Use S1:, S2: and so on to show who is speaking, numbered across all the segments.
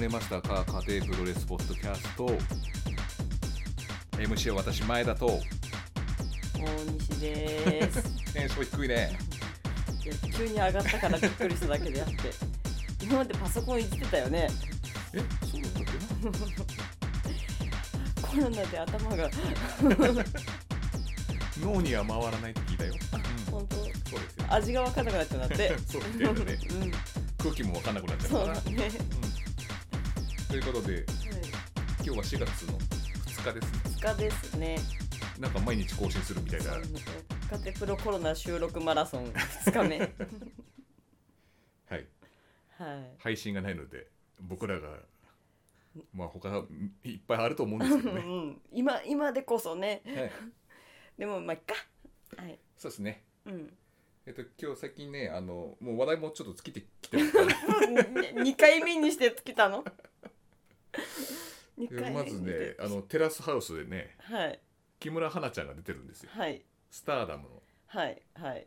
S1: れましたか家庭プロレスポッドキャスト MC は私前田と
S2: 大西で す。
S1: テンション低いね
S2: いや急に上がったからびっくりしただけであって。今までパソコンいじってたよね。
S1: えそうだったっけ
S2: コロナで頭が
S1: な脳には回らないって聞いたよ、うん、
S2: 本当
S1: そうですよ。
S2: 味が分からなくなっちゃうんだって
S1: そうだよね
S2: うん。
S1: 空気も分かんなくなっちゃう
S2: そう
S1: から
S2: だね。はい
S1: うんということで今日は4月の2日ですね
S2: 二日ですね。
S1: なんか毎日更新するみたいな
S2: そうカテプロコロナ収録マラソン二日目。はい。
S1: はい配信がないので僕らがまあ他いっぱいあると思うんですけ ど
S2: う
S1: ね、
S2: ん。今今でこそね。
S1: はい、
S2: でもまあいっか。はい。
S1: そうですね
S2: うん。
S1: えっと今日最近ねあのもう話題もちょっと尽きてきてるから
S2: 二回目にして来たの。二
S1: えまず
S2: にして
S1: ねあのテラスハウスでね
S2: はい
S1: 木村花ちゃんが出てるんですよ
S2: はい
S1: スターダムの
S2: はいはい。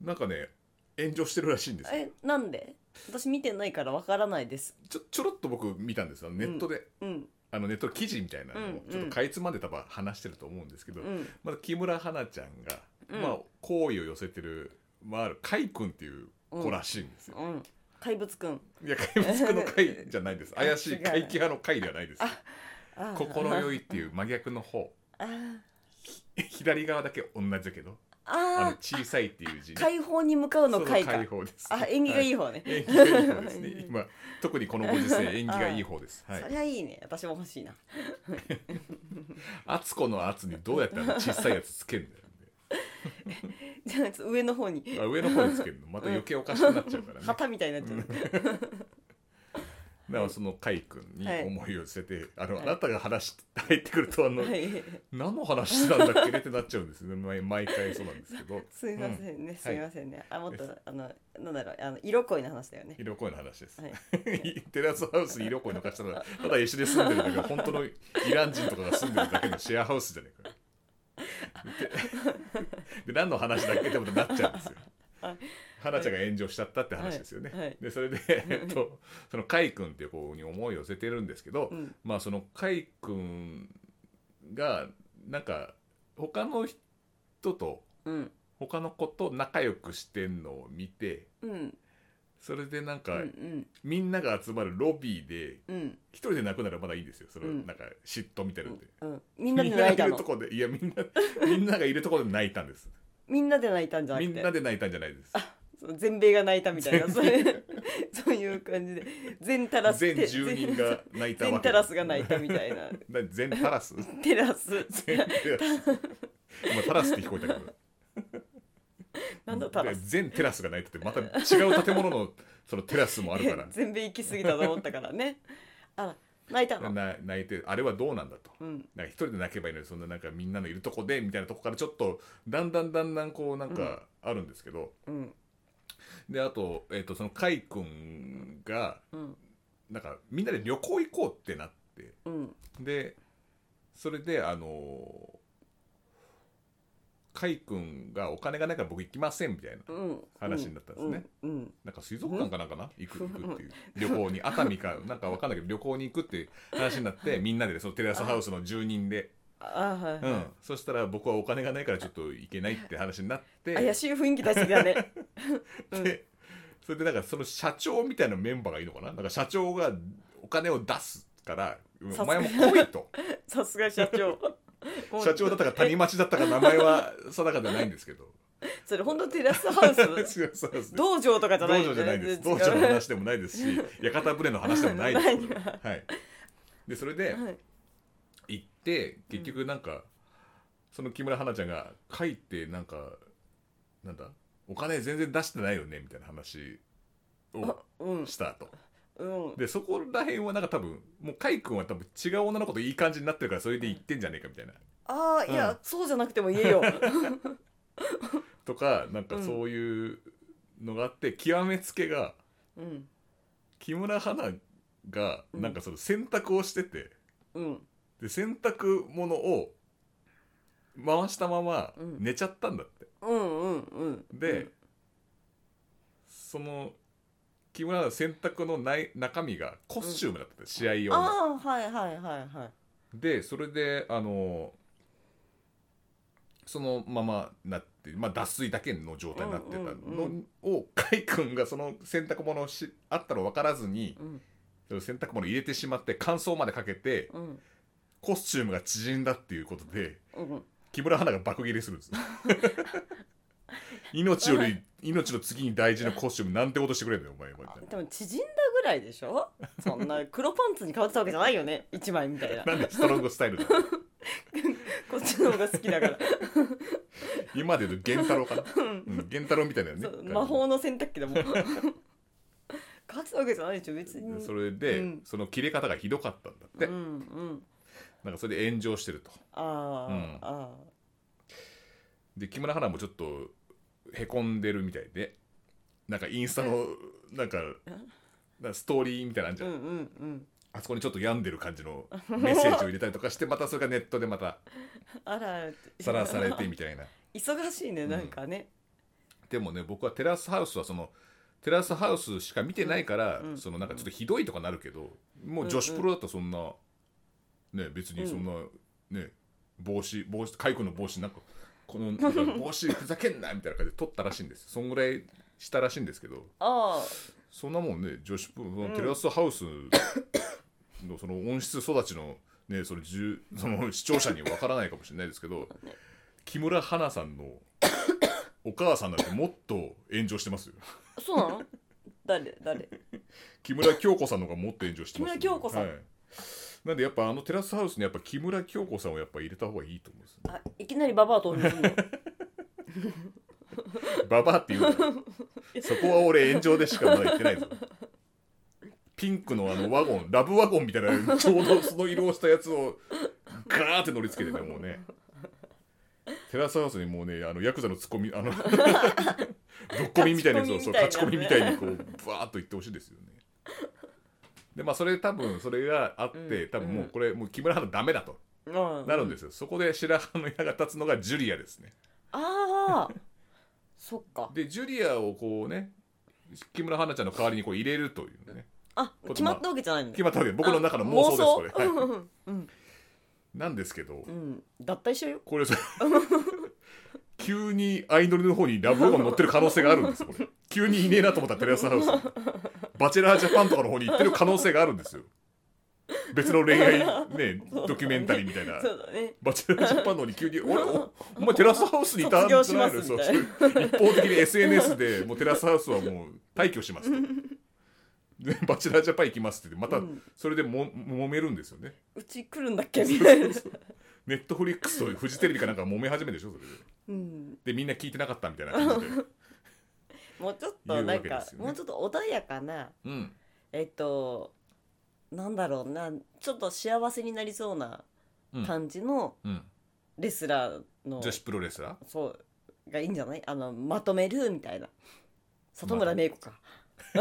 S1: なんかね炎上してるらしいんですよ
S2: えなんで？私見てないからわからないです。
S1: ちょちょろっと僕見たんですよネットで、
S2: うん
S1: あのネットの記事みたいなのを
S2: うん
S1: ちょっとかいつまんで多分話してると思うんですけど、
S2: うん
S1: まず木村花ちゃんが、
S2: うん
S1: まあ好意を寄せてる、まあ、ある海君っていう子らしいんですよ、
S2: うん。怪物くん。
S1: いや怪物の会じゃないです
S2: あ
S1: 怪し
S2: 違
S1: いう怪奇派の会ではないです
S2: ああー
S1: 心よいっていう真逆の方
S2: あー
S1: 左側だけ同じだけどあの
S2: あー。
S1: 小さいっていう字
S2: 解放に向かうの
S1: そうそう
S2: 解か
S1: 解。放です
S2: あ縁起がいい
S1: 方
S2: 方ね。
S1: 縁起がいい方ですね
S2: うん
S1: 今特にこのご時世縁起がいい方ですは
S2: そ
S1: い
S2: りゃいいね。私も欲しいな。
S1: 敦子の敦にどうやったら小さいやつつけんだよ
S2: じゃあちょっと上の方に
S1: あ上の方につけるのまた余計おかしくなっちゃうからねだか
S2: 旗みたいになっちゃう。
S1: らその海君に
S2: はい
S1: 思いを寄せて、あの
S2: は
S1: あ
S2: い
S1: なたが話し入ってくるとあの、
S2: はい。
S1: 何の話してたんだっけねってなっちゃうんですね毎毎回そうなんですけど
S2: すみま
S1: うん
S2: せんね。すみませんね。あもっとあのなんだろうあの色恋の話だよね。
S1: 色恋の話です、
S2: はい。
S1: テラスハウスに色恋抜かしたらただ一緒に住んでるんだけど本当のイラン人とかが住んでるだけのシェアハウスじゃねえかでで 何の話だっけってことになっちゃうんですよ
S2: はい
S1: 花ちゃんが炎上しちゃったって話ですよね、
S2: はいはい
S1: でそれで、えっと、その海君っていう子に思いを寄せてるんですけど、
S2: うん
S1: まあその海君がなんか他の人と
S2: うん
S1: 他の子と仲良くしてんのを見て
S2: うん
S1: それでなん
S2: う
S1: か、
S2: ん
S1: みんなが集まるロビーで
S2: うんうん
S1: 一人で泣くならまだいいんですよその
S2: うん
S1: なんか嫉妬みたいなので、
S2: うんみんなで
S1: みんな
S2: 泣い
S1: がい
S2: た
S1: る
S2: の
S1: とこでいやみんなみんながいるとこで泣いたんです
S2: みんなで泣いたんじゃな
S1: み
S2: く
S1: んな
S2: て
S1: で泣いたんじゃないです
S2: そう全米が泣いたみたいな
S1: 全
S2: そういう そういう感じで全タラス
S1: 全
S2: て
S1: 10人 が泣いた
S2: 全
S1: わけ
S2: 全タラスが泣いたみたいな
S1: な全タラス
S2: テラス
S1: 全テラス今タラスって聞こえたけど
S2: なんだタラス
S1: 全テラスが泣いててまた違う建物のそのテラスもある か
S2: 全米行き過ぎたと思ったからねあら泣いた
S1: ら
S2: の
S1: な泣いてあれはどうなんだと
S2: うん
S1: なんか一人で泣けばいいのにそんななんかみんなのいるとこでみたいなとこからちょっとだんだんだんだんこうなんかあるんですけど、
S2: うん
S1: であと,、えっとその海君が
S2: うん
S1: なんかみんなで旅行行こうってなって
S2: うん
S1: でそれであのー、海君がお金がないから僕行きませんみたいな、
S2: うん
S1: 話になったんですね
S2: うんうん
S1: なんか水族館かなんかな行く行くっていう旅行に熱海かなんかわかんないけど旅行に行くっていう話になってみんなでそのテラスハウスの住人で、
S2: あーはい
S1: うん、そしたら僕はお金がないからちょっと行けないって話になって
S2: 怪しい雰囲気出してきたね うん
S1: でそれでなんかその社長みたいなメンバーがいいのかななんか社長がお金を出すからお
S2: さすが
S1: 前も来い と
S2: さすが社長
S1: 社長だったか谷町だったか名前は定かじゃないんですけど
S2: それ本当テラスハウス の
S1: そうそうそう
S2: 道場とかじゃ
S1: 道
S2: ない
S1: 場じゃないです道
S2: 全然違
S1: 場
S2: う
S1: の話でもない ですし屋形船の話でも ない ですこれははい、でそれで
S2: はい
S1: 行って結局なんか、その木村花ちゃんが「書いてなんかなんだお金全然出してないよね」みたいな話
S2: あ
S1: を
S2: うん
S1: したと。
S2: うん
S1: でそこら辺はなんか多分もうカイ君は多分違う女の子といい感じになってるからそれで言ってんじゃねえかみたいな
S2: ああいや、
S1: うん
S2: そうじゃなくても言 えよ
S1: とかなんかそういうのがあって、極めつけが
S2: うん
S1: 木村花が
S2: うん
S1: なんかその洗濯をしてて、
S2: うん
S1: で洗濯物を回したまま
S2: うん
S1: 寝ちゃったんだって、
S2: うんうんうん
S1: で、その木村の選択のない中身がコスチュームだったんです、試合用の。
S2: ああはいはいはいはい
S1: でそれであのそのままなって、まあ、脱水だけの状態になってたの
S2: うん
S1: を海君がその洗濯物をしあったの分からずに
S2: うん
S1: その洗濯物入れてしまって乾燥までかけて
S2: うん
S1: コスチュームが縮んだっていうことで
S2: うん
S1: 木村花が爆切れするんです 命より命の次に大事なコスチュームなんてことしてくれんのよお前みたい
S2: でも縮んだぐらいでしょそんな黒パンツに変わってたわけじゃないよね一枚みたい
S1: な
S2: な
S1: なんでストロングスタイルだ
S2: こっちの方が好きだから
S1: 今で言うと源太郎かな、 うん、 源太郎みたいなよね
S2: そう魔法の洗濯機だもん 変わってたわけじゃないでしょ別に
S1: それで、
S2: うん
S1: その切れ方がひどかったんだって、
S2: うんうん
S1: なんかそれで炎上してると
S2: あー、
S1: うん
S2: あ
S1: で木村花もちょっとへこんでるみたいでなんかインスタ のなんかなんかストーリーみたいなのあんじ
S2: ー
S1: ゃ、
S2: うんんうん
S1: あそこにちょっと病んでる感じのメッセージを入れたりとかしてまたそれがネットでまた
S2: うんあら
S1: さらされてみたいな
S2: 忙しいねなんかね、
S1: でもね僕はテラスハウスはそのテラスハウスしか見てないから、
S2: うん
S1: そのなんかちょっとひどいとかなるけどもう女子プロだったらそんな、ね別にそんな、ね帽子帽子カイ君の帽子なんかこ のなんか帽子ふざけんなみたいな感じで取ったらしいんですそんぐらいしたらしいんですけど
S2: あ
S1: そんなもんね女子プロそのテラスハウスのその温室育ちの,、ね、その住その視聴者にはわからないかもしれないですけど木村花さんのお母さんなんてもっと炎上してますよ
S2: あそうなの誰誰
S1: 木村京子さんの方がもっと炎上してます、
S2: 木村京子さん
S1: はい、なんでやっぱあのテラスハウスにやっぱ木村京子さんをやっぱ入れた方がいいと思うんですよね
S2: あいきなりババアと同じの
S1: ババアって言う のそこは俺炎上でしかまだ言ってないぞピンクのあのワゴンラブワゴンみたいなちょうどその色をしたやつをガーって乗りつけてねもうねテラスハウスにもうねあのヤクザのツッコミあ のぶっこみみたいなやつをそう勝
S2: 勝ち
S1: ち
S2: 込
S1: 込
S2: み
S1: み
S2: み
S1: み
S2: た
S1: た
S2: いない
S1: にこうバーっと言ってほしいですよねでまあそれ多分それがあって、
S2: うん
S1: 多分もうこれもう木村花ダメだと
S2: うん
S1: なるんですよ、そこで白羽の矢が立つのがジュリアですね
S2: ああそっか
S1: でジュリアをこうね木村花ちゃんの代わりにこう入れるというね
S2: あ
S1: まあ
S2: 決まったわけじゃないんだ
S1: 決まったわけで僕の中の妄想ですこれ、はい
S2: うんうん
S1: なんですけど
S2: うん脱退しようよ
S1: これそ 急にアイドルの方にラブワゴン乗ってる可能性があるんですこれ急にいねえなと思ったらテレ朝ハウスにバチェラージャパンとかの方に行ってる可能性があるんですよ別の恋愛ねドキュメンタリーみたいな
S2: そうだね
S1: バチェラージャパンのに急に「おおお前テラスハウスにいた
S2: 卒業します
S1: んじゃ
S2: み
S1: な
S2: た
S1: い
S2: い
S1: のそうそう一方的に SNS でもうテラスハウスはもう退去しますとでバチェラージャパン行きますって言ってま
S2: う
S1: た
S2: ん
S1: それでも揉めるんですよね
S2: うち来るんだっけみたいな
S1: ネットフリックスとフジテレビかなんか揉め始めるでしょそれで
S2: うん
S1: でみんな聞いてなかったみたいな感じ で
S2: もうちょっとなん
S1: 言うわけ
S2: か
S1: ですよね
S2: もうちょっと穏やかな
S1: うん
S2: えっとなんだろうなちょっと幸せになりそうな
S1: うん
S2: 感じの
S1: うん
S2: レスラーの
S1: 女子プロレスラー
S2: そうがいいんじゃないあのまとめるみたいな里村芽衣子か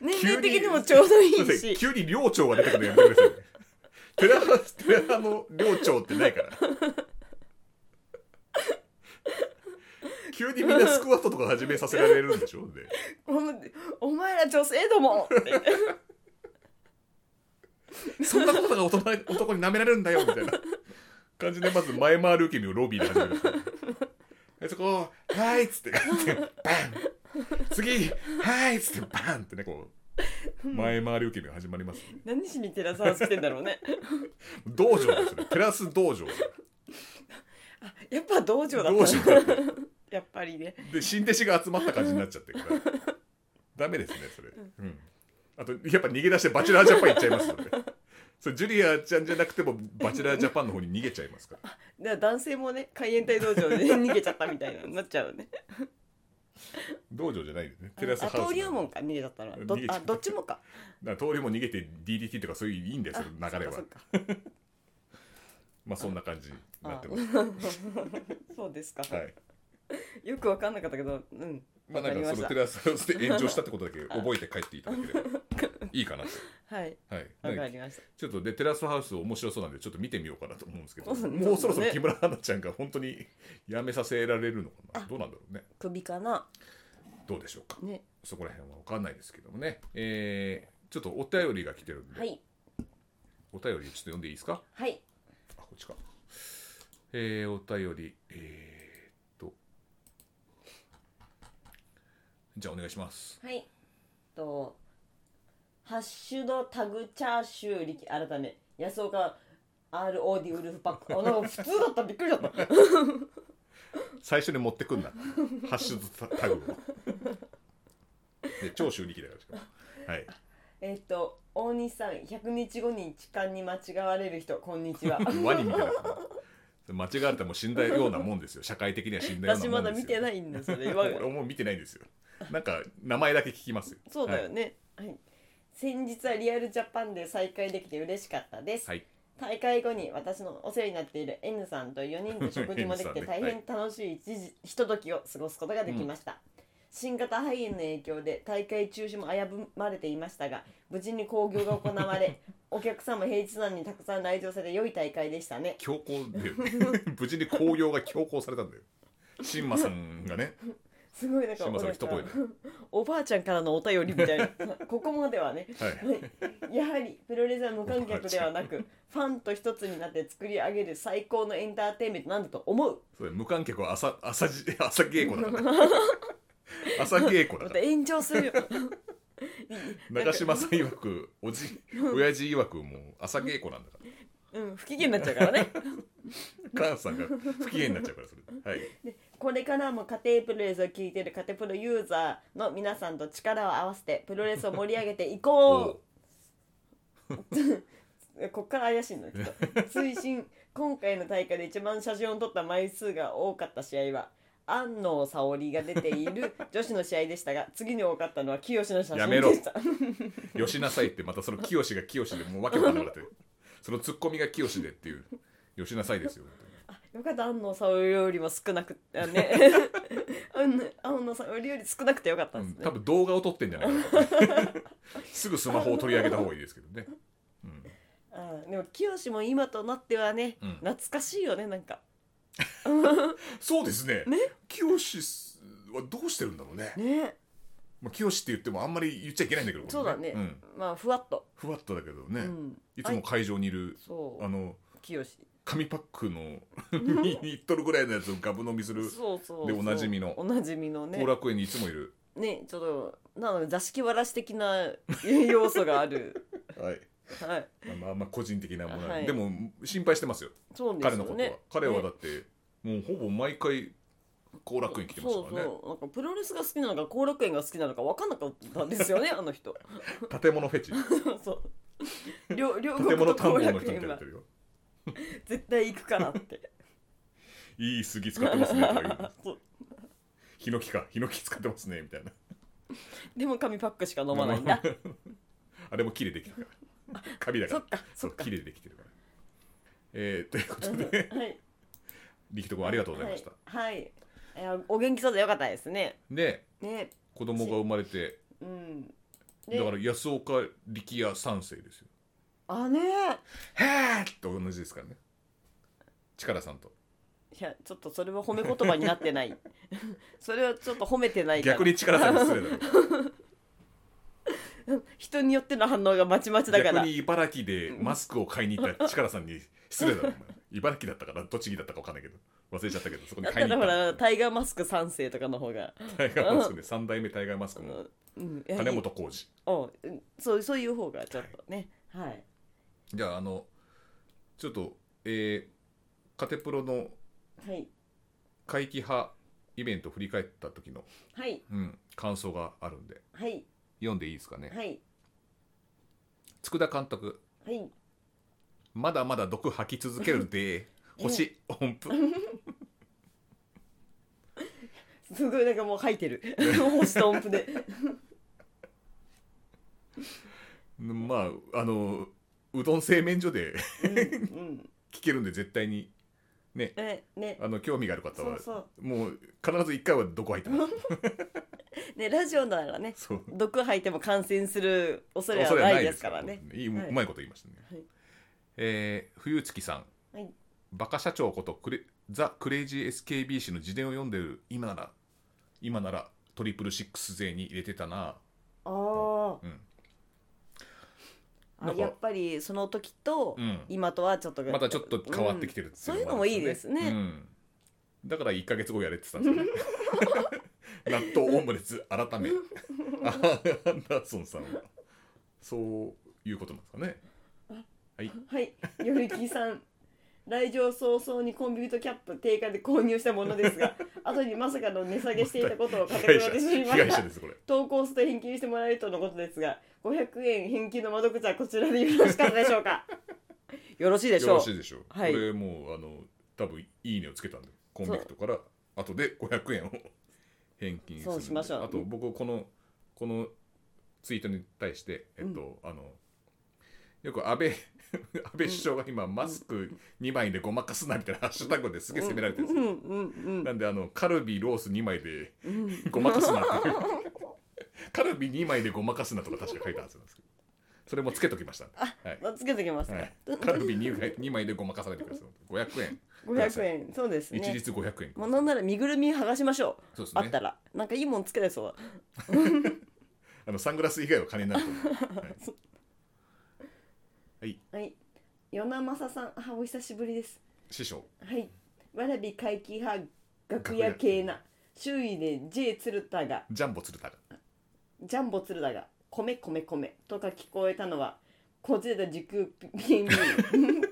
S2: 年齢的にもちょうどいい
S1: だって
S2: し
S1: 急に寮長が出てくるのやめてくださいねテラハテラハの寮長ってないから急にみんなスクワットとか始めさせられるんでしょで
S2: ほんまお前ら女性 どもって
S1: そんなことが男男に舐められるんだよみたいな感じでまず前回る受け身をロビーで始めるんですよでそこ「はい」っつってバン次「はい」っつってバンってねこう前回り受け身が始まりますね
S2: 何しにテラスハウス来てんだろうね
S1: 道場ですねテラス道場
S2: やっぱ道場だ
S1: 道
S2: っ
S1: 場
S2: た
S1: だった
S2: やっぱりね
S1: で新弟子が集まった感じになっちゃってるから ダメですねそれ、うん、あとやっぱ逃げ出してバチェラージャパン行っちゃいますよねそれジュリアちゃんじゃなくてもバチェラージャパンの方に逃げちゃいますから
S2: だから男性もね海援隊道場で逃げちゃったみたいななっちゃうね
S1: 道場じゃないんですねテラスハウス
S2: あ
S1: なんで
S2: 登竜門か逃げちゃったのはど
S1: 逃げちゃった
S2: あどっちもか
S1: だから登竜門逃げて DDT とかそういういいん だよその流れは
S2: そっか
S1: まあそんな感じに
S2: そっ
S1: な
S2: か
S1: ってます
S2: あ そうですか、
S1: はい
S2: よく分かんなかったけどうん
S1: まあなんかそのテラスハウスで炎上したってことだけ覚えて帰っていただければいいかなと
S2: はい
S1: はい
S2: わかりました
S1: ちょっとでテラスハウス面白そうなんでちょっと見てみようかなと思うんですけど、
S2: そうね
S1: もうそろそろ木村花ちゃんが本当に辞めさせられるのかな、
S2: あ
S1: どうなんだろうね
S2: 首かな
S1: どうでしょうか
S2: ね
S1: そこら辺は分かんないですけどもね、えー、ちょっとお便りが来てるんで、
S2: はい
S1: お便りちょっと読んでいいですか
S2: はい
S1: あこっちかえー、お便りえー、っとじゃあお願いします
S2: はいとハッシュドタグチャーシュー力改め安岡 ROD ウルフパックあなんか普通だったびっくりだった
S1: 最初に持ってくん なハッシュタグを で長州力だからしかもはい
S2: えっと大西さん100日後に痴漢に間違われる人こんに ちは
S1: ワニみたいな間違われたらもう死んだようなもんですよ社会的には死んだような
S2: 私
S1: も
S2: ま
S1: んで
S2: だ
S1: すよ
S2: 見てないんだそれ我 が
S1: 俺も見てないんですよなんか名前だけ聞きますよ
S2: そうだよ
S1: ね
S2: ね、はい先日はリアルジャパンで再会できて嬉しかったです、
S1: はい
S2: 大会後に私のお世話になっている N さんと4人で食事もできて
S1: N さん
S2: 大
S1: ね
S2: 変楽しい一時ひとときを過ごすことができました、新型肺炎の影響で大会中止も危ぶまれていましたが無事に興行が行われお客さんも平日なのにたくさん来場され良い大会でしたね
S1: 強行で 無事に興行が強行されたんだよ新馬さんがね
S2: すごいなんか
S1: 新馬さん
S2: な
S1: の
S2: んか
S1: 一声で、
S2: おばあちゃんからのお便りみたいなここまではね
S1: はい、
S2: やはりプロレスは無観客ではなくファンと一つになって作り上げる最高のエンターテインメントなんだと思う
S1: それ無観客は朝朝じ朝稽古だから 朝稽古だ
S2: また
S1: から
S2: 炎上するよ
S1: 長嶋さん曰くおじ親父曰くもう朝稽古なんだか
S2: うん不機嫌になっちゃうからね
S1: ら菅さんが不機嫌になっちゃうからそれはい
S2: これからも家庭プロレスを聞いてる家庭プロユーザーの皆さんと力を合わせてプロレスを盛り上げていこう
S1: お
S2: こっから怪しいのちょっ と推進今回の大会で一番写真を撮った枚数が多かった試合は安納沙織が出ている 女子の試合でしたが次に多かったのは清の写
S1: や
S2: 真
S1: めろ
S2: でした
S1: よしなさいってまたその清が清でもうわけわかんなくな ってそのツッコミが清でっていうよしなさいですよ
S2: よかった安納沙織よりも少なくあね あの安納沙織より少なくてよかった
S1: う
S2: で
S1: ん
S2: すね、
S1: 多分動画を撮ってんじゃないかなすぐスマホを取り上げた方がいいですけどね、うん、
S2: あーでも清も今となってはね、
S1: うん
S2: 懐かしいよねなんか
S1: そうですね
S2: ね
S1: 清はどうしてるんだろう ね
S2: ね
S1: まあ、清って言ってもあんまり言っちゃいけないんだけど、これ
S2: そうだね、
S1: ん
S2: まあふわっと、
S1: ふわっとだけどね、
S2: うん
S1: いつも会場にいる
S2: そう
S1: あの
S2: 清
S1: 紙パック の2リットルぐらいのやつをガブ飲みする
S2: そうそう
S1: でおなじみの
S2: おなじみのね
S1: 後楽園にいつもいる、
S2: ねちょっとなので座敷わらし的な要素が ある
S1: はい、
S2: はい
S1: まあまあ個人的なもの、
S2: はい
S1: でも心配してますよ
S2: そうです
S1: 彼
S2: よ
S1: のことは、
S2: ね
S1: 彼はだ
S2: ね
S1: ってもうほぼ毎回後楽園来てますからね
S2: そうそうなんかプロレスが好きなのか後楽園が好きなのか分かんなかったんです よねあの人
S1: 建物 フェチ
S2: そう両両国
S1: 建物
S2: と
S1: 探
S2: 後
S1: 訪の人みた
S2: 楽
S1: いに
S2: 園
S1: なっ
S2: は
S1: てるよ
S2: 絶対行くから って
S1: いい杉使ってますねと か言う
S2: そう
S1: ヒノキかヒノキ使ってますねみたいな
S2: でも紙パックしか 飲まないん だ
S1: あれも木でできてるから紙だか
S2: そ
S1: ら
S2: っかそっ か
S1: 木でできてるからえー、ということで
S2: はい
S1: 力人君ありがとうございました、
S2: はい、はいいやお元気そうでよかったですね
S1: で
S2: ね
S1: 子供が生まれて
S2: うん
S1: だか
S2: で
S1: ら安岡力也三世ですよ
S2: あね
S1: へーと同じですからね力さんと
S2: いやちょっとそれは褒め言葉になってない それはちょっと褒めてないから
S1: 逆に力さんに失礼だろ
S2: 人によっての反応がまちま ちだから
S1: 逆に茨城でマスクを買いに行った力さんに失礼だろお前茨城だったから栃木だったか分かんないけど忘れちゃったけどそこに
S2: だっ
S1: 買い
S2: た
S1: に行
S2: ら
S1: った
S2: ほ らタイガーマスク3世とかの方が、
S1: タイガーマスクね3代目タイガーマスクも
S2: うん、いや
S1: 金本浩二
S2: おうんそうそういう方がちょっとねはい
S1: じゃああのちょっとえー、カテプロの
S2: はい
S1: 回帰派イベント振り返った時の、
S2: はい
S1: うん、感想があるんで
S2: はい
S1: 読んでいいですかね、
S2: はい
S1: 佃監督
S2: はい
S1: まだまだ毒吐き続ける で星音符
S2: すごいなんかもう吐い てる星と音符で
S1: まああのうどん製麺所で
S2: うん、うん、
S1: 聞けるんで絶対にね
S2: ねね
S1: あの興味がある方は
S2: そう
S1: もう必ず一回は毒吐いてます
S2: ねラジオならね
S1: そう
S2: 毒吐いても感染する恐れはないですからね
S1: いい、う
S2: はいう
S1: まいこと言いましたね、
S2: はい
S1: えー冬月さん
S2: はい
S1: バカ社長ことクレザ・クレイジー SKB 氏の自伝を読んでる今なら今ならトリプルシックス勢に入れてたな
S2: あ
S1: うん
S2: あ
S1: な
S2: あ
S1: んか
S2: やっぱりその時と
S1: うん
S2: 今とはちょっと
S1: またちょっと変わってきてるって
S2: そういうのもいいですね
S1: うんだから1か月後やれって言ってたんです よね納豆オムレツ改め アンダーソンさんはそういうことなんですかね
S2: はい、よりきさん。来場早々にコンビニとキャップ定価で購入したものです が、後にまさかの値下げしていたことを
S1: 被
S2: 固
S1: 害者
S2: くなってし
S1: 被
S2: まい
S1: 害
S2: まし
S1: 者
S2: た
S1: で。すこれ
S2: 投稿すると返金してもらえるとのことですが、500円返金の窓口はこちらでよろしかったでしょうか。 よろしいでし
S1: よ
S2: ょ
S1: ろ
S2: う
S1: し。いでしょう、
S2: はい
S1: これもうあの多分いいねをつけたんでコンビクトから後で500円を返金するんで
S2: そうしましょう
S1: あと僕このこのツイートに対してえっと、あのよく安倍 安倍首相が今マスク2枚でごまかすなみたいなハッシュタグですげえ責められてるん
S2: う
S1: で
S2: ん
S1: す
S2: う
S1: よ、
S2: ん
S1: なんであのカルビロース2枚で
S2: うんうん。
S1: ごまかすな っていうカルビ2枚でごまかすなとか確か書いたはずなんですけどそれもつけときましたんではい
S2: まあつけてきますか。
S1: はい、カルビ2枚 ,2 枚でごまかされてください500円
S2: 500円、そうです
S1: 一
S2: ね。
S1: 律500円
S2: もうなんなら身ぐるみ剥がしましょう。
S1: そうです
S2: あっ
S1: ね
S2: たら、なんかいいもんつけれそう。
S1: あのサングラス以外は金になると思う、はい、
S2: はい。与那正さん、あ、お久しぶりです。
S1: 師匠
S2: はい。わらび怪奇派楽屋系な周囲で J 鶴田が
S1: ジャンボ鶴田が
S2: ジャンボ鶴田が米米米とか聞こえたのはこじれた時空 PME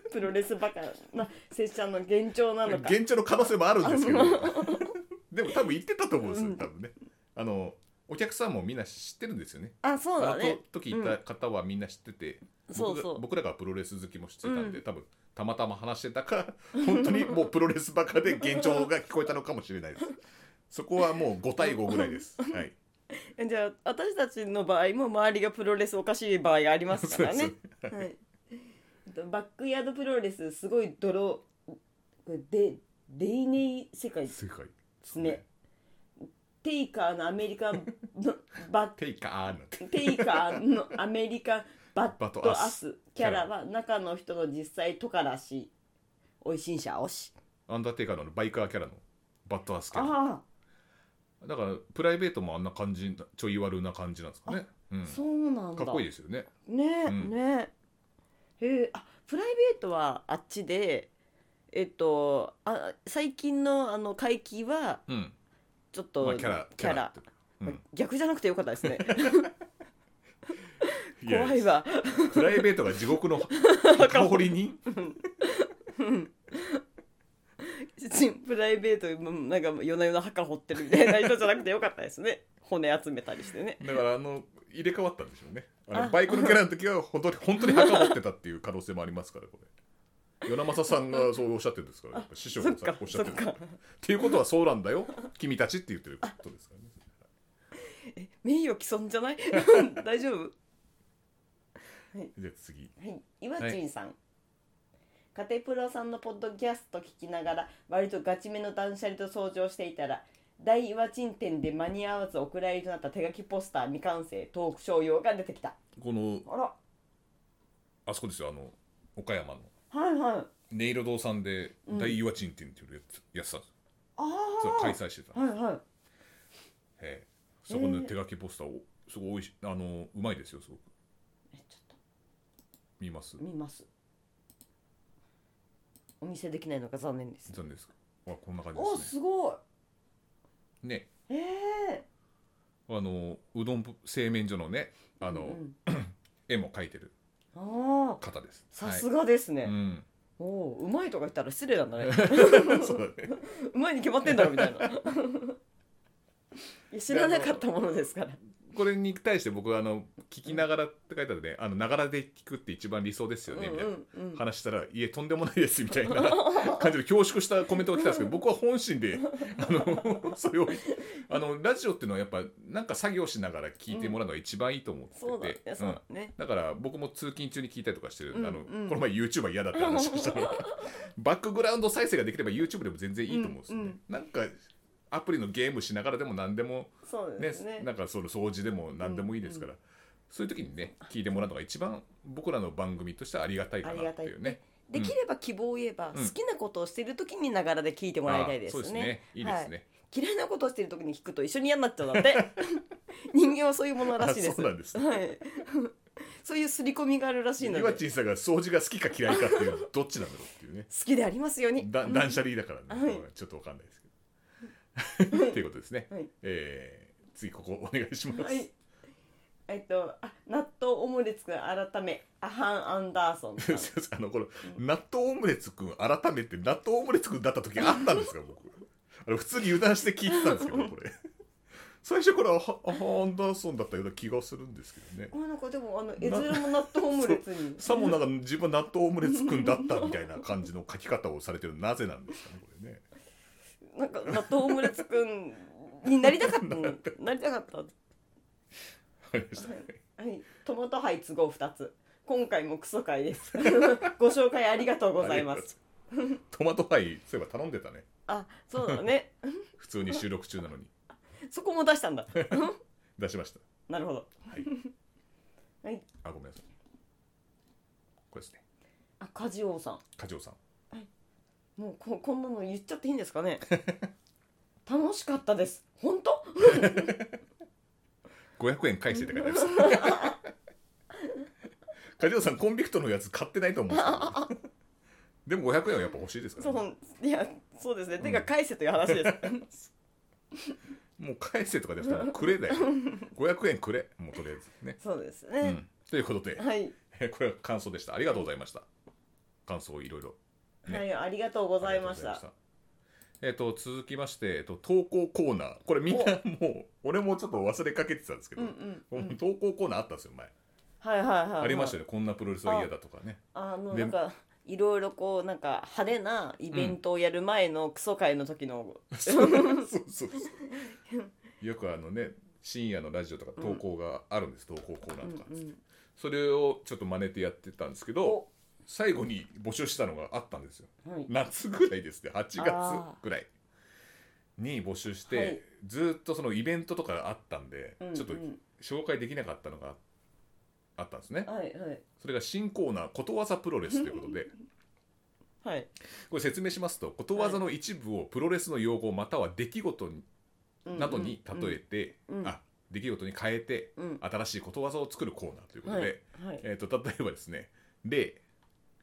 S2: プロレスバカな拙者の幻聴なのか
S1: 現地の可能性もあるんですけど でも多分言ってたと思うんですよ多分ねあのお客さんもみんな知ってるんですよね
S2: あそうだ
S1: あの
S2: ね
S1: と時いた方はみんな知ってて、
S2: そう
S1: 僕
S2: そ
S1: が
S2: う
S1: 僕らがプロレス好きも知ってたんで、
S2: う
S1: 多分たまたま話してたか 本当にもうプロレスばかで現状が聞こえたのかもしれないですそこはもう5対5ぐらいですはい
S2: じゃあ私たちの場合も周りがプロレスおかしい場合がありますか ら
S1: そう
S2: ね
S1: で
S2: はいバックヤードプロレスすごい泥これでデイネイ世界です
S1: すごい
S2: すねテイカーのアメリカのバ
S1: テイカーなんて
S2: ッテイカーのアメリカバットアスキャラは中の人の実際とからしいおいしんしゃおし
S1: アンダーテイカーのバイカーキャラのバッドアスキャラ
S2: あ
S1: だからプライベートもあんな感じなちょい悪な感じなんですかね、う
S2: あ
S1: ん、
S2: そうなんだ
S1: かっこいいですよね
S2: ねえ、
S1: うん
S2: ねえへえあプライベートはあっちでえっとあ最近のあの会期は
S1: うん、
S2: ちょっと、
S1: まあ、キャラ
S2: キャラ
S1: ってうん
S2: 逆じゃなくてよかった ですね
S1: いや
S2: 怖いわ
S1: プライベートが地 獄の墓掘りに
S2: ちプライベートうんなんか夜な夜な墓掘ってるみたいな人じゃなくてよかったですね骨集めたりしてね
S1: だからあの入れ替わったんでしょうねあ
S2: あ
S1: のバイクのキャラの時は本当に本当に墓掘ってたっていう可能性もありますからこれ与那正さんがそうおっしゃってるんですからやっぱ師匠
S2: そ
S1: が
S2: っ
S1: さ
S2: か
S1: おっしゃ
S2: そ
S1: っ
S2: って
S1: るから
S2: か
S1: っ。ていうことはそうなんだよ君たちって言ってることですからね
S2: 名誉毀損じゃない 大丈夫
S1: じゃあ次
S2: はい岩珍さん、カテプロさんのポッドキャスト聞きながら割とガチめの断捨離と相乗していたら大岩珍店で間に合わずお蔵入りとなった手書きポスター未完成トークショー用が出てきた
S1: この
S2: あら
S1: あそこですよあの岡山の
S2: はいはい
S1: 音色堂さんで大岩鎮店っていうやつやつさ
S2: あ
S1: それ
S2: あ
S1: 開催してた、
S2: はいはい
S1: ええそこの手書きポスターをすごいおいしあのうまいですよすごく
S2: えちょっ
S1: 見ます
S2: と見ますお見せできないのが残念です
S1: 残念ですあこんな感じ
S2: お
S1: です
S2: すごい
S1: ねね
S2: ええ
S1: あのうどんぶ製麺所のねあの、
S2: うん
S1: 絵も描いてる
S2: うん、ああ
S1: 方です
S2: さす
S1: が、
S2: がです
S1: は
S2: ね、
S1: いうん、
S2: おおうまいとか言ったら失礼なんだ ね
S1: そうだね
S2: うまいに決まってんだろみたい ないや知らなかったものですから
S1: これに対して僕はあの聞きながらって書いてあるねあのながらで聞くって一番理想ですよねみたいな、
S2: うんうんうん
S1: 話したら「いえとんでもないです」みたいな 感じで恐縮したコメントが来たんですけど僕は本心であの それをあのラジオっていうのはやっぱなんか作業しながら聞いてもらうのが一番いいと思ってて、
S2: そうだねそう
S1: うん
S2: だね、
S1: だから僕も通勤中に聞いたりとかしてる、
S2: うん
S1: あの
S2: うん
S1: この前 YouTuber 嫌だって話をした のバックグラウンド再生ができれば YouTube でも全然いいと思うんですよね、
S2: うんうん
S1: なんかアプリのゲームしながらでも何でも
S2: そう
S1: ね
S2: ですね
S1: なんかその掃除でも何でもいいですから、そういう時にね聞いてもらうのが一番僕らの番組としてはありがたいかなっていうね。
S2: できれば希望を言えば、
S1: うん
S2: 好きなことをしている時にながらで聞いてもらいたいです
S1: あーそ
S2: ね
S1: うですね。いいですね。
S2: 嫌いなことをしている時に弾くと一緒に嫌になっちゃうんだって 人間はそういうものらしいで
S1: あそ
S2: す
S1: うなんです
S2: はい そういう刷り込みがあるらしいの
S1: 岩
S2: で好
S1: 地さんが掃除が好きか嫌いかっていうどっちなんだろうっていうね
S2: きでありますように
S1: だ断捨離だからね、
S2: はい
S1: ちょっとわかんないですけどということですね、
S2: はい
S1: えー次ここお願いします、
S2: はいえっとあ納豆オムレツくん改めアハン・アンダーソン さ ん
S1: すいませんあのこの納豆オムレツくん改めて納豆オムレツくんだった時あったんですか僕あれ普通に油断して聞いてたんですけど これ最初からアハアハアンダーソンだったような気がするんですけどね
S2: あなんかでもあの絵面も納豆オムレツ に
S1: さもなんか自分は納豆オムレツくんだったみたいな感じの書き方をされてるのなぜなんですかねこれね
S2: なんか納豆オムレツくんに なりたかったのなりたかった
S1: わかりました
S2: はい、トマトハイ都合2つ。今回もクソ回 です。ご紹介ありがとうございます。
S1: ありがとうござい ますトマトパイそういえば頼んでたね
S2: あ、そうだね。
S1: 普通に収録中なのに
S2: そこも出したんだ。
S1: 出しました
S2: なるほど。
S1: はい
S2: はい。
S1: あごめんなさいこれですね
S2: あ、カジオさ
S1: 課長さん
S2: ん。もうここんなの言っちゃっていいんですか ね。楽しかったです。本当？
S1: 500円返してって書いてあります 課長さんコンビクトのやつ買ってないと思うんですけど でも500円はやっぱ欲しいですか
S2: そ
S1: ら、ね、
S2: ういやそうですね。てか返せという 話です。
S1: もう返せとかでしたらもうくれだよ500円くれもうとりあえずね、
S2: そうです
S1: う
S2: ね。
S1: ん、ということで
S2: はい
S1: えこれは感想でしたありがとうございました感想をいろいろね
S2: はいありがとうございまし
S1: ありが
S2: た
S1: とう。ございえっと続きまして、えっと、投稿コーナーこれみんなもう俺もちょっと忘れかけてたんですけ
S2: う
S1: ど、
S2: んうん。
S1: もう投稿コーナーあったんですよ前、
S2: はいはいはいはい。
S1: ありましたよねこんなプロレスは嫌だとかね
S2: あの
S1: で
S2: なんかいろいろこうなんか派手なイベントをやる前のクソ会の時の、
S1: そうそうそうそうよくあのね深夜のラジオとか投稿があるんです、投稿コーナ
S2: う
S1: ー
S2: ん
S1: とか、
S2: うん
S1: それをちょっと真似てやってたんですけど
S2: お
S1: 最後に募集したのがあったんですよ
S2: はい、
S1: 夏ぐらいですね8月
S2: あー
S1: ぐらいに募集して、
S2: はい
S1: ずっとそのイベントとかあったんで、
S2: うん
S1: ちょっと
S2: うん
S1: 紹介できなかったのがあったんですね
S2: はいはい
S1: それが新コーナーことわざプロレスということで
S2: はい
S1: これ説明しますとことわざの一部をプロレスの用語または出来事になどに例えて、
S2: うんうん
S1: あ出来事に変えて
S2: うんうん
S1: 新しいことわざを作るコーナーというこ
S2: は
S1: と
S2: い
S1: で、
S2: はい
S1: えー、と例えばですね例、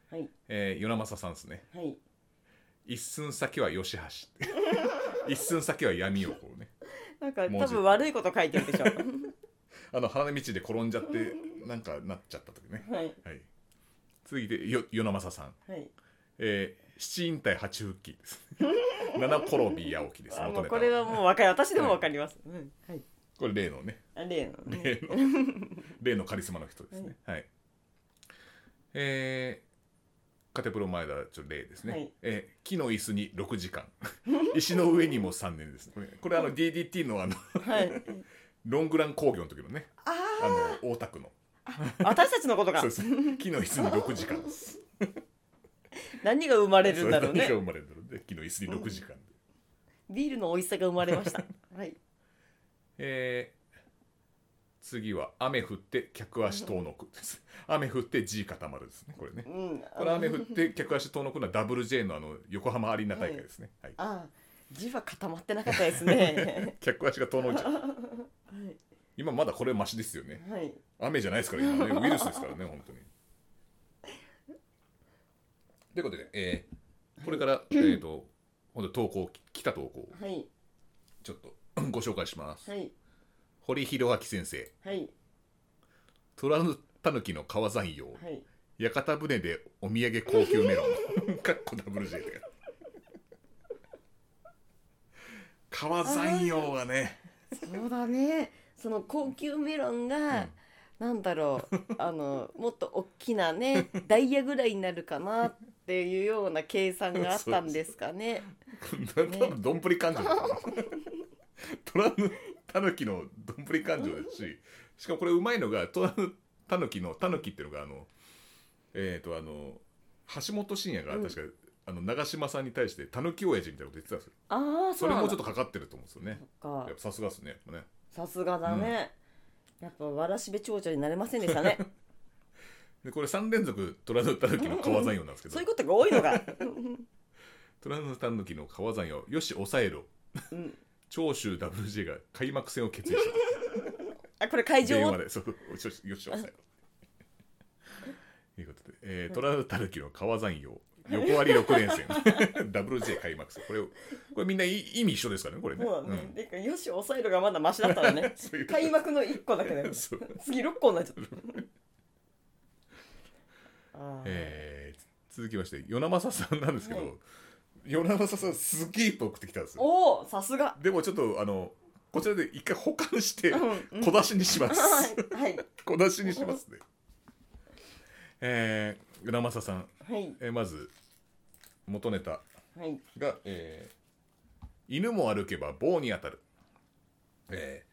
S2: はい
S1: えー、与那政さんですね
S2: はい
S1: 一寸先は吉橋一寸先は闇をこうね
S2: なんか
S1: 文
S2: 多
S1: 字
S2: 分悪いこと書いてる でしょ
S1: あの花道で転んじゃってなんかなっちゃった時ね
S2: はい
S1: はい続いてよ与那政さん、
S2: はい
S1: えー、七引退八復帰です 七転び八起きです
S2: あも
S1: 元ネ
S2: う
S1: タ
S2: これはもうわかる私でもわかります、うんはい
S1: これ例のね
S2: あ例のね
S1: 例の 例のカリスマの人ですね。はい。えー、カテプロ前田ちょ例ですね。
S2: はい
S1: えー木の椅子に6時間、 石の上にも3年ですね。これこれあの DDT のあの
S2: はい
S1: ロングラン工業の時のね、
S2: あ
S1: あの大田区の
S2: あ私たちのことが
S1: そうです木の椅子に6時間です。
S2: 何が生まれるんだろう
S1: それ何が
S2: ね
S1: 生まれるんだろうね。木の椅子に6時間で。
S2: ビールの美味しさが生まれました はい
S1: えー次は雨降って客足遠のくです。雨降って G 固まるですね。これね
S2: う。ん
S1: これ雨降って客足遠のくのは WJ のあの横浜アリーナ大会ですね、 はい
S2: あ字は固まってなかったですね
S1: 客足が遠のいちゃう
S2: はい
S1: 今まだこれマシですよね
S2: はい
S1: 雨じゃないですから今ねウイルスですからね本当にということで、えーこれ から、えー、と本当投稿来た投稿を
S2: はい
S1: ちょっと ご紹介します、
S2: はい
S1: 堀弘明先生
S2: はい
S1: 虎のたぬきの川山陽、
S2: はい
S1: 屋形船でお土産高級メロ ンかっこ WJ だよ川山陽はね
S2: そうだねその高級メロンが、なんだろ うあのもっと大きなねダイヤぐらいになるかなっていうような計算があったんですかね
S1: 多分どんぶり勘定だよ虎のたぬきのどんぶり勘定ですししかもこれうまいのが虎のたぬきのたぬきっていうのがあのえっ、とあの橋本真也が確か、あの長嶋さんに対してたぬき親父みたいなこと言ってたんですよ
S2: ああ
S1: そ
S2: そう
S1: れ
S2: なん
S1: も
S2: だ
S1: ちょっとかかってると思うんですよね
S2: そっ
S1: や
S2: か
S1: っぱさすがですねやっぱね
S2: さすがだね、やっぱわらしべ長者になれませんでした ね
S1: でこれ3連続虎のたぬきの川山陽なんですけど
S2: そういうこと が多いのが
S1: 虎のたぬきの川山陽よし抑えろ
S2: うん
S1: 長州 WJ が開幕戦を決意し
S2: あこれ会
S1: た
S2: 場
S1: 電話
S2: を
S1: でそう吉吉野さんということで、えー、虎たぬきの川山陽横割り6連戦 WJ 開幕戦これをこれみんない意味一緒ですからねこれね
S2: そうだね、
S1: ん
S2: でかよし抑えるがまだマシだったら ね
S1: そういうこと
S2: 開幕の1個だけ だよ
S1: そう
S2: 次6個になっちゃった あー
S1: えー続きまして与那政さんなんですけ
S2: はい
S1: ど与那政さんすげえいっぱい送ってきたんですよ
S2: おおさすが
S1: でもちょっとあのこちらで一回保管して
S2: うんうん
S1: 小出しにします、
S2: はいはい
S1: 小出しにしますねえー、グラマサさん、
S2: はい
S1: えーまず元ネタ
S2: はい
S1: が、えー犬も歩けば棒に当たる」えー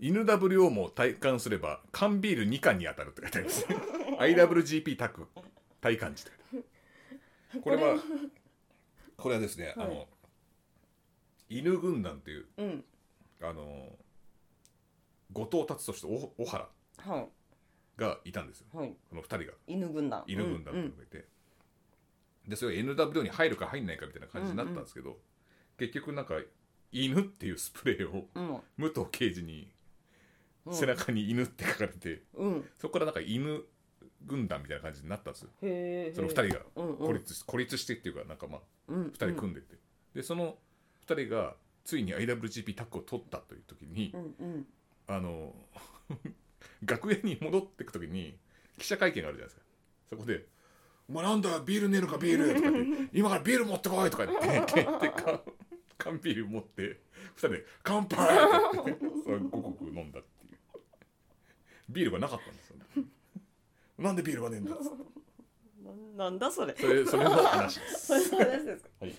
S1: 犬 WO も体感すれば缶ビール2缶に当たる」って書いてあります IWGP タク体感値って書いてあるこれはこれはですね、あ
S2: は
S1: の犬軍団という
S2: うん
S1: あの後藤達とと小原
S2: はい
S1: がいたんですよ
S2: はい
S1: この2人が
S2: 犬軍団
S1: 犬軍団
S2: う
S1: と
S2: んう
S1: いうんのがいて、でそれが NWO に入るか入んないかみたいな感じになったんですけど、結局なんか犬っていうスプレーを
S2: うん
S1: 武藤刑事に
S2: うん
S1: 背中に犬って書かれて、
S2: うん
S1: そこからなんか犬軍団みたいな感じになったんですよ
S2: へえ
S1: その2人が
S2: うんうん
S1: 孤立し孤立してっていうかなんかまあ
S2: 2
S1: 2人組んでて、でその2人がついに IWGP タッグを取ったという時に、
S2: うんうん
S1: あの 楽屋に戻ってく時に記者会見があるじゃないですかそこで「お前なんだビールねえのかビール」とかって 「今からビール持ってこい」とか言ってで缶缶ビール持って2人で「乾杯!」とか言ってそれごくごく飲んだっていうビールがなかったんですよ、なんでビールがねえんだっつって
S2: なんなんだそれ
S1: それそれの話で
S2: それ
S1: す
S2: そうなんですか
S1: はい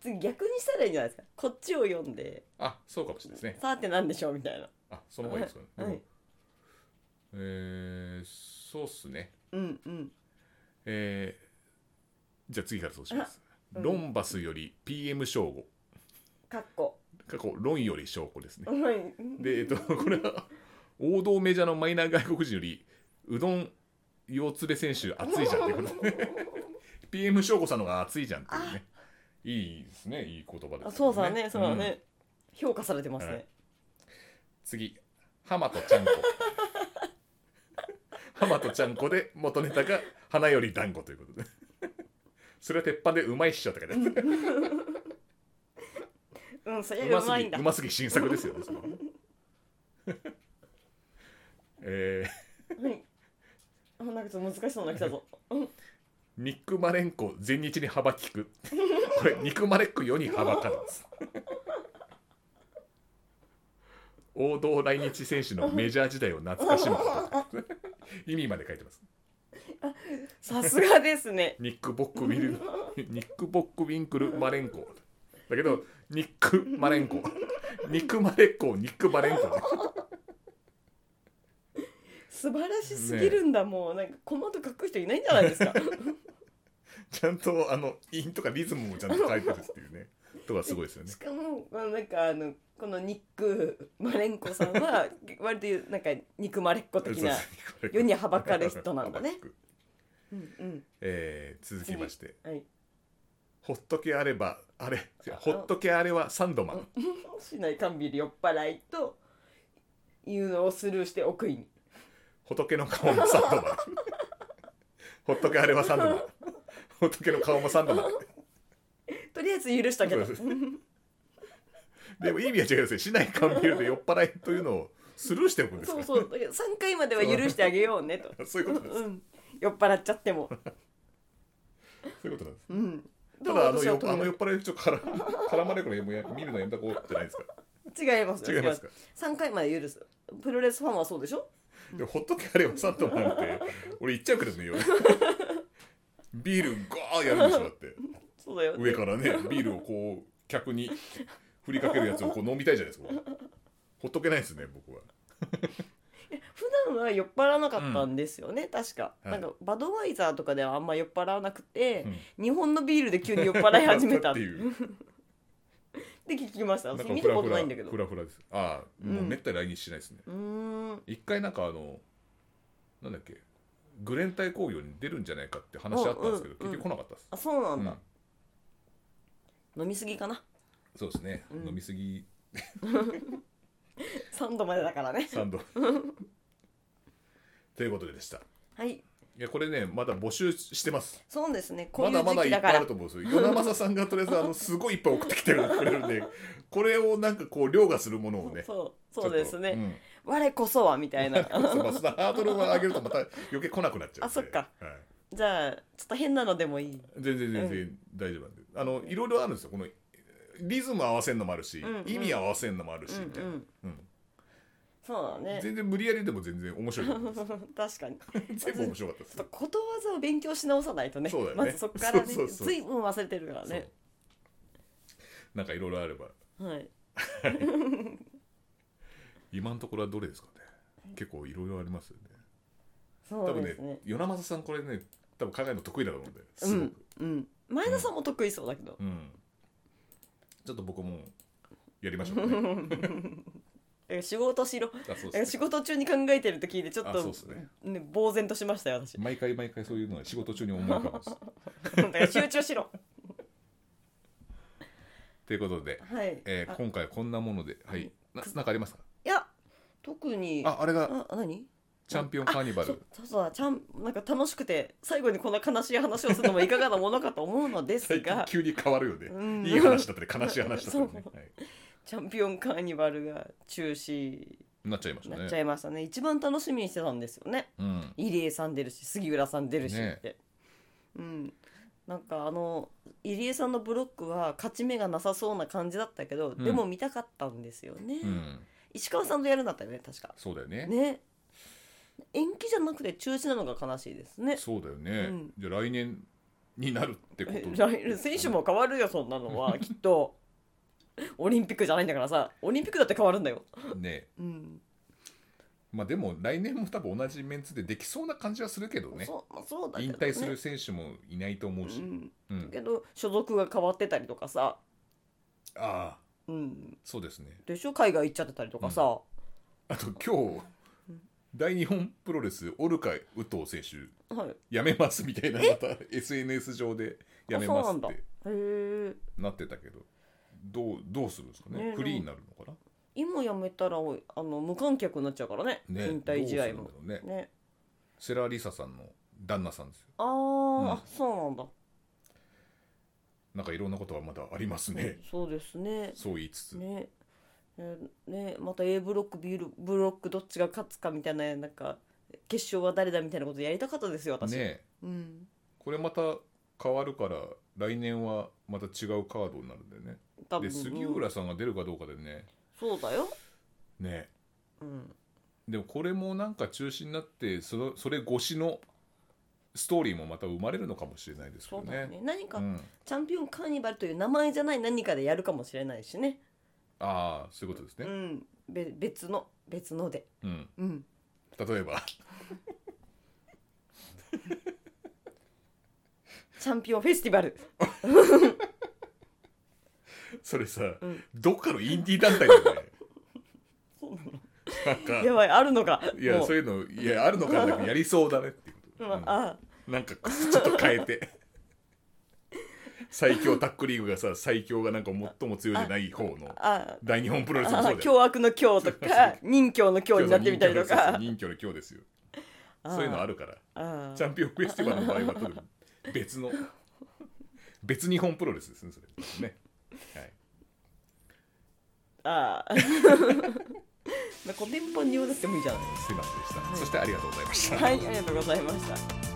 S2: 次逆にしたらいいんじゃないですかこっちを読んで
S1: あそうかもしれないですね
S2: さあってなんでしょうみたいな
S1: あその方がいいですかね、でも
S2: はい
S1: えー、そうっすね
S2: うんうん
S1: えーじゃあ次からそうします。
S2: あうん
S1: ロンバスより PM 正吾。
S2: かっこ
S1: 過去、ロンより正吾ですね
S2: う。まいうん
S1: で、えっと、これは、王道メジャーのマイナー外国人より、うどん腰つれ選手熱いじゃんっていうことね。PM 正吾さんの方が熱いじゃんっていうね。いいですね、いい言葉です、
S2: あそうだねそうだ
S1: ん
S2: ね評価されてます
S1: は
S2: ね
S1: い次、浜とちゃんこ。 浜とちゃんこで元ネタが花より団子ということで。それは鉄板でうまいっしょって書いてある。
S2: うんそれ
S1: う
S2: が
S1: ま
S2: うますい
S1: ぎ
S2: んだ
S1: うますぎ新作ですよね そのえ
S2: はいあなんかちょっと難しそうなの来たぞ
S1: ー、ニック・マレンコ全日に幅利くこれニック・マレンコ世にはばかるんです王道来日選手のメジャー時代を懐かしむこと意味まで書いてます
S2: さすがですね
S1: ニック・ボック・ウィルニック・ボック・ウィンクル・マレンコだけどニック・マレンコニック・マレンコニック・マレンコ
S2: 素晴らしすぎるんだ、もうなんかコマンド書く人いないんじゃないですか
S1: ちゃんとあの韻とかリズムもちゃんと書いてるっていう ねとかすごいですよね
S2: し。かもあのなんかあのこのニックマレンコさん は割となんか肉まれっ子的な世にはばかる人なん だねうんうん
S1: えー、続きまして
S2: はい
S1: 「ほっとけあればあれ違うほっとけあれはサンドマン
S2: 市内缶ビール酔っ払いというのをスルーしておく意味
S1: 仏の顔もサンドマン」 「ほっとけあれはサンド マン」「仏の顔もサンドマン
S2: とりあえず許したけど
S1: そうです」でも意味は違いますよ市内缶ビールで酔っ払いというのをスルーしておくんです
S2: そ
S1: か
S2: う
S1: ら
S2: そうだけど3回までは許してあげようねと
S1: そういうことです
S2: うん、酔っ払っちゃっても
S1: そういうことなんです
S2: うん
S1: ただあの
S2: でも私は
S1: よ
S2: と
S1: あの
S2: り
S1: 酔っ払いの人から絡まれるからもうや見るのやめたこうじゃないですか
S2: あえず違います
S1: 違いますか
S2: 3回まで許すプロレスファンはそうでしょ
S1: でもほっとけあればサンドマンって俺言っちゃうけど ねよビールガーやるんでしょだって
S2: そうだよ
S1: 上からねビールをこう客に振りかけるやつをこう飲みたいじゃないですか俺ほっとけないですね僕は
S2: 普段は酔っ払わなかったんですよね、確か、
S1: はい
S2: なんかバドワイザーとかではあんま酔っ払わなくて
S1: う、
S2: 日本のビールで急に酔っ払い始めたっ
S1: って
S2: て
S1: いう
S2: 聞きました
S1: なんか
S2: 見
S1: フ
S2: た
S1: ラ
S2: こ
S1: フ
S2: とな
S1: ラ
S2: いんだけど
S1: フ
S2: う
S1: ラフラですああもうめったに来日しないですね、
S2: ーん
S1: 一回なんかあのなんだっけグレンタイ工業に出るんじゃないかって話あったんですけど、
S2: うんうん
S1: 結局来なかったです、
S2: あそうなんだ、
S1: うん
S2: 飲みすぎかな
S1: そうですね、
S2: うん
S1: 飲みすぎ
S2: 3度までだからね
S1: サンドということででした
S2: はい
S1: いやこれねまだ募集してます
S2: そうですねこう
S1: ま
S2: いう
S1: だまだ
S2: 時
S1: い
S2: 期
S1: っ
S2: だ
S1: ぱい
S2: か
S1: あ
S2: ら
S1: ると思うんですよ与那政さんがとりあえずあのすごいいっぱい送ってきてるくれるんでこれをなんかこう凌駕するものをね
S2: そうそうです
S1: ちょっと
S2: ね、我こそはみたいな
S1: うん そうまあそのハードルを上げるとまた余計来なくなっちゃうんで
S2: あそっか
S1: はい
S2: じゃあちょっと変なのでもいい
S1: 全然全
S2: う
S1: 然大丈夫なんで、あのいろいろあるんですよこのリズム合わせるのもあるし、
S2: うんうん
S1: 意味合わせるのもあるし、
S2: うん
S1: みたいな、うん
S2: そうだね
S1: 全然無理やりでも全然面白いと思いま
S2: 確かに
S1: す全部面白かったで
S2: ち
S1: す
S2: ょっとことわざを勉強し直さないとね
S1: そうだよね
S2: まずそこからね
S1: そうそうそう
S2: ずいぶん忘れてるからね
S1: そうなんかいろいろあれば
S2: はい
S1: 今のところはどれですかね結構いろいろありますよね
S2: そ
S1: 多
S2: う
S1: 分
S2: で
S1: ね
S2: すね
S1: 与那政さんこれね多分考えるの得意だと思うんで
S2: う
S1: すご
S2: ん
S1: く、
S2: うん前田さんも得意そうだけ ど、
S1: うんちょっと僕もやりましょうかね
S2: え仕事しろ
S1: あそう
S2: え
S1: です
S2: 仕
S1: ね
S2: 事中に考えてると聞いてちょっ
S1: あそう
S2: と
S1: っすね
S2: ね呆然としましたよ私
S1: 毎回毎回そういうのは仕事中に思い浮か ぶんです
S2: だから集 中しろ
S1: ということで
S2: はい、
S1: えー
S2: あ
S1: 今回はこんなもので、はい、ななんかありますか
S2: いや特に
S1: ああれが
S2: あ何
S1: チャンピオンカーニバ
S2: そ
S1: ル
S2: うそうそうだちゃんなんか楽しくて最後にこんな悲しい話をするのもいかがなものかと思うのです
S1: 最近
S2: が
S1: 急に変わるよ
S2: うん
S1: ねいい話だったり悲しい話だったりね、
S2: そう
S1: はい、
S2: チャンピオンカーニバルが中止
S1: なっちゃいまし
S2: に
S1: た
S2: なっ
S1: ね
S2: ちゃいましたね一番楽しみにしてたんですよね
S1: うん
S2: 入江さん出るし杉浦さん出るし
S1: ね
S2: って、うんなんかあの入江さんのブロックは勝ち目がなさそうな感じだったけど、
S1: ん
S2: でも見たかったんですよね、
S1: うん
S2: 石川さんとやるんだったよね確か
S1: そうだよね
S2: ね延期じゃなくて中止なのが悲しいですね
S1: そうだよね、
S2: うん
S1: じゃあ来年になるってこ
S2: え
S1: と
S2: 来選手も変わるよそんな のはきっとオリンピックじゃないんだからさオリンピックだって変わるんだよ
S1: ね
S2: うん、
S1: まあでも来年も多分同じメンツでできそうな感じはするけどね
S2: そうまあそうだけ
S1: 引
S2: ど、ね、
S1: 退する選手もいないと思う
S2: う
S1: し、
S2: ん、
S1: うん
S2: けど所属が変わってたりとかさ、
S1: ああ
S2: うん、
S1: そうですね
S2: でしょ海外行っちゃってたりとかさ、
S1: あと今日大日本プロレスオルカ宇藤選手
S2: はいへ
S1: やめますみたいなまた SNS 上でやめますっ
S2: あそうなん
S1: て
S2: え
S1: なってたけどどうどうするんですかね
S2: ね
S1: フリーになるのか
S2: 今やめたらおいあの無観客になっちゃうからね
S1: な、ね、
S2: 引退試合
S1: どう
S2: も
S1: するんだろうね
S2: ね
S1: セラリサさんの旦那さんですよ
S2: あー、
S1: ん
S2: あそうなんだ
S1: なんかいろんなことはまだありますね
S2: そうですね
S1: そう言いつつ、
S2: ねえーねまた A ブロック B ブロックどっちが勝つかみたいななんか決勝は誰だみたいなことやりたかったですよ私、
S1: ね
S2: うん、
S1: これまた変わるから来年はまた違うカードになるんだよね
S2: 多
S1: で
S2: 分
S1: 杉
S2: うん
S1: 浦さんが出るかどうかでね
S2: そうだよ、
S1: ね
S2: うん、
S1: でもこれもなんか中止になってそのそれ越しのストーリーもまた生まれるのかもしれないですけ
S2: そ
S1: ど
S2: うだよ
S1: ね
S2: ね何か、
S1: うん、
S2: チャンピオンカーニバルという名前じゃない何かでやるかもしれないしね
S1: ああそういうことです
S2: う
S1: ね、
S2: んべ別の別ので
S1: うん、
S2: うん
S1: 例えば
S2: チャンピオンフェスティバル
S1: それさ、
S2: うん
S1: どっかのインディー団体だよね
S2: そうなの
S1: なんか
S2: やばいあるのか
S1: いや
S2: もう
S1: そういうのいやあるのかなやりそうだねっていうこと、
S2: まあ
S1: うんなんかちょっと変えて最強タックリーグがさ最強がなんか最も強いじゃない方の
S2: あ
S1: 大日本プロレスも
S2: あ
S1: そ
S2: あ
S1: うだよ
S2: 凶悪の凶とか任侠の凶になってみたりとか
S1: 人気の今日ですよそういうのあ
S2: る
S1: るから
S2: あ
S1: チャンピオンフェスティバルの場合は多分別 の別日本プロレスですねそれね、はい、
S2: あコテンポンに用出してもいいじゃない
S1: すいませんでした、そしてありがとうございました
S2: はいありがとうございました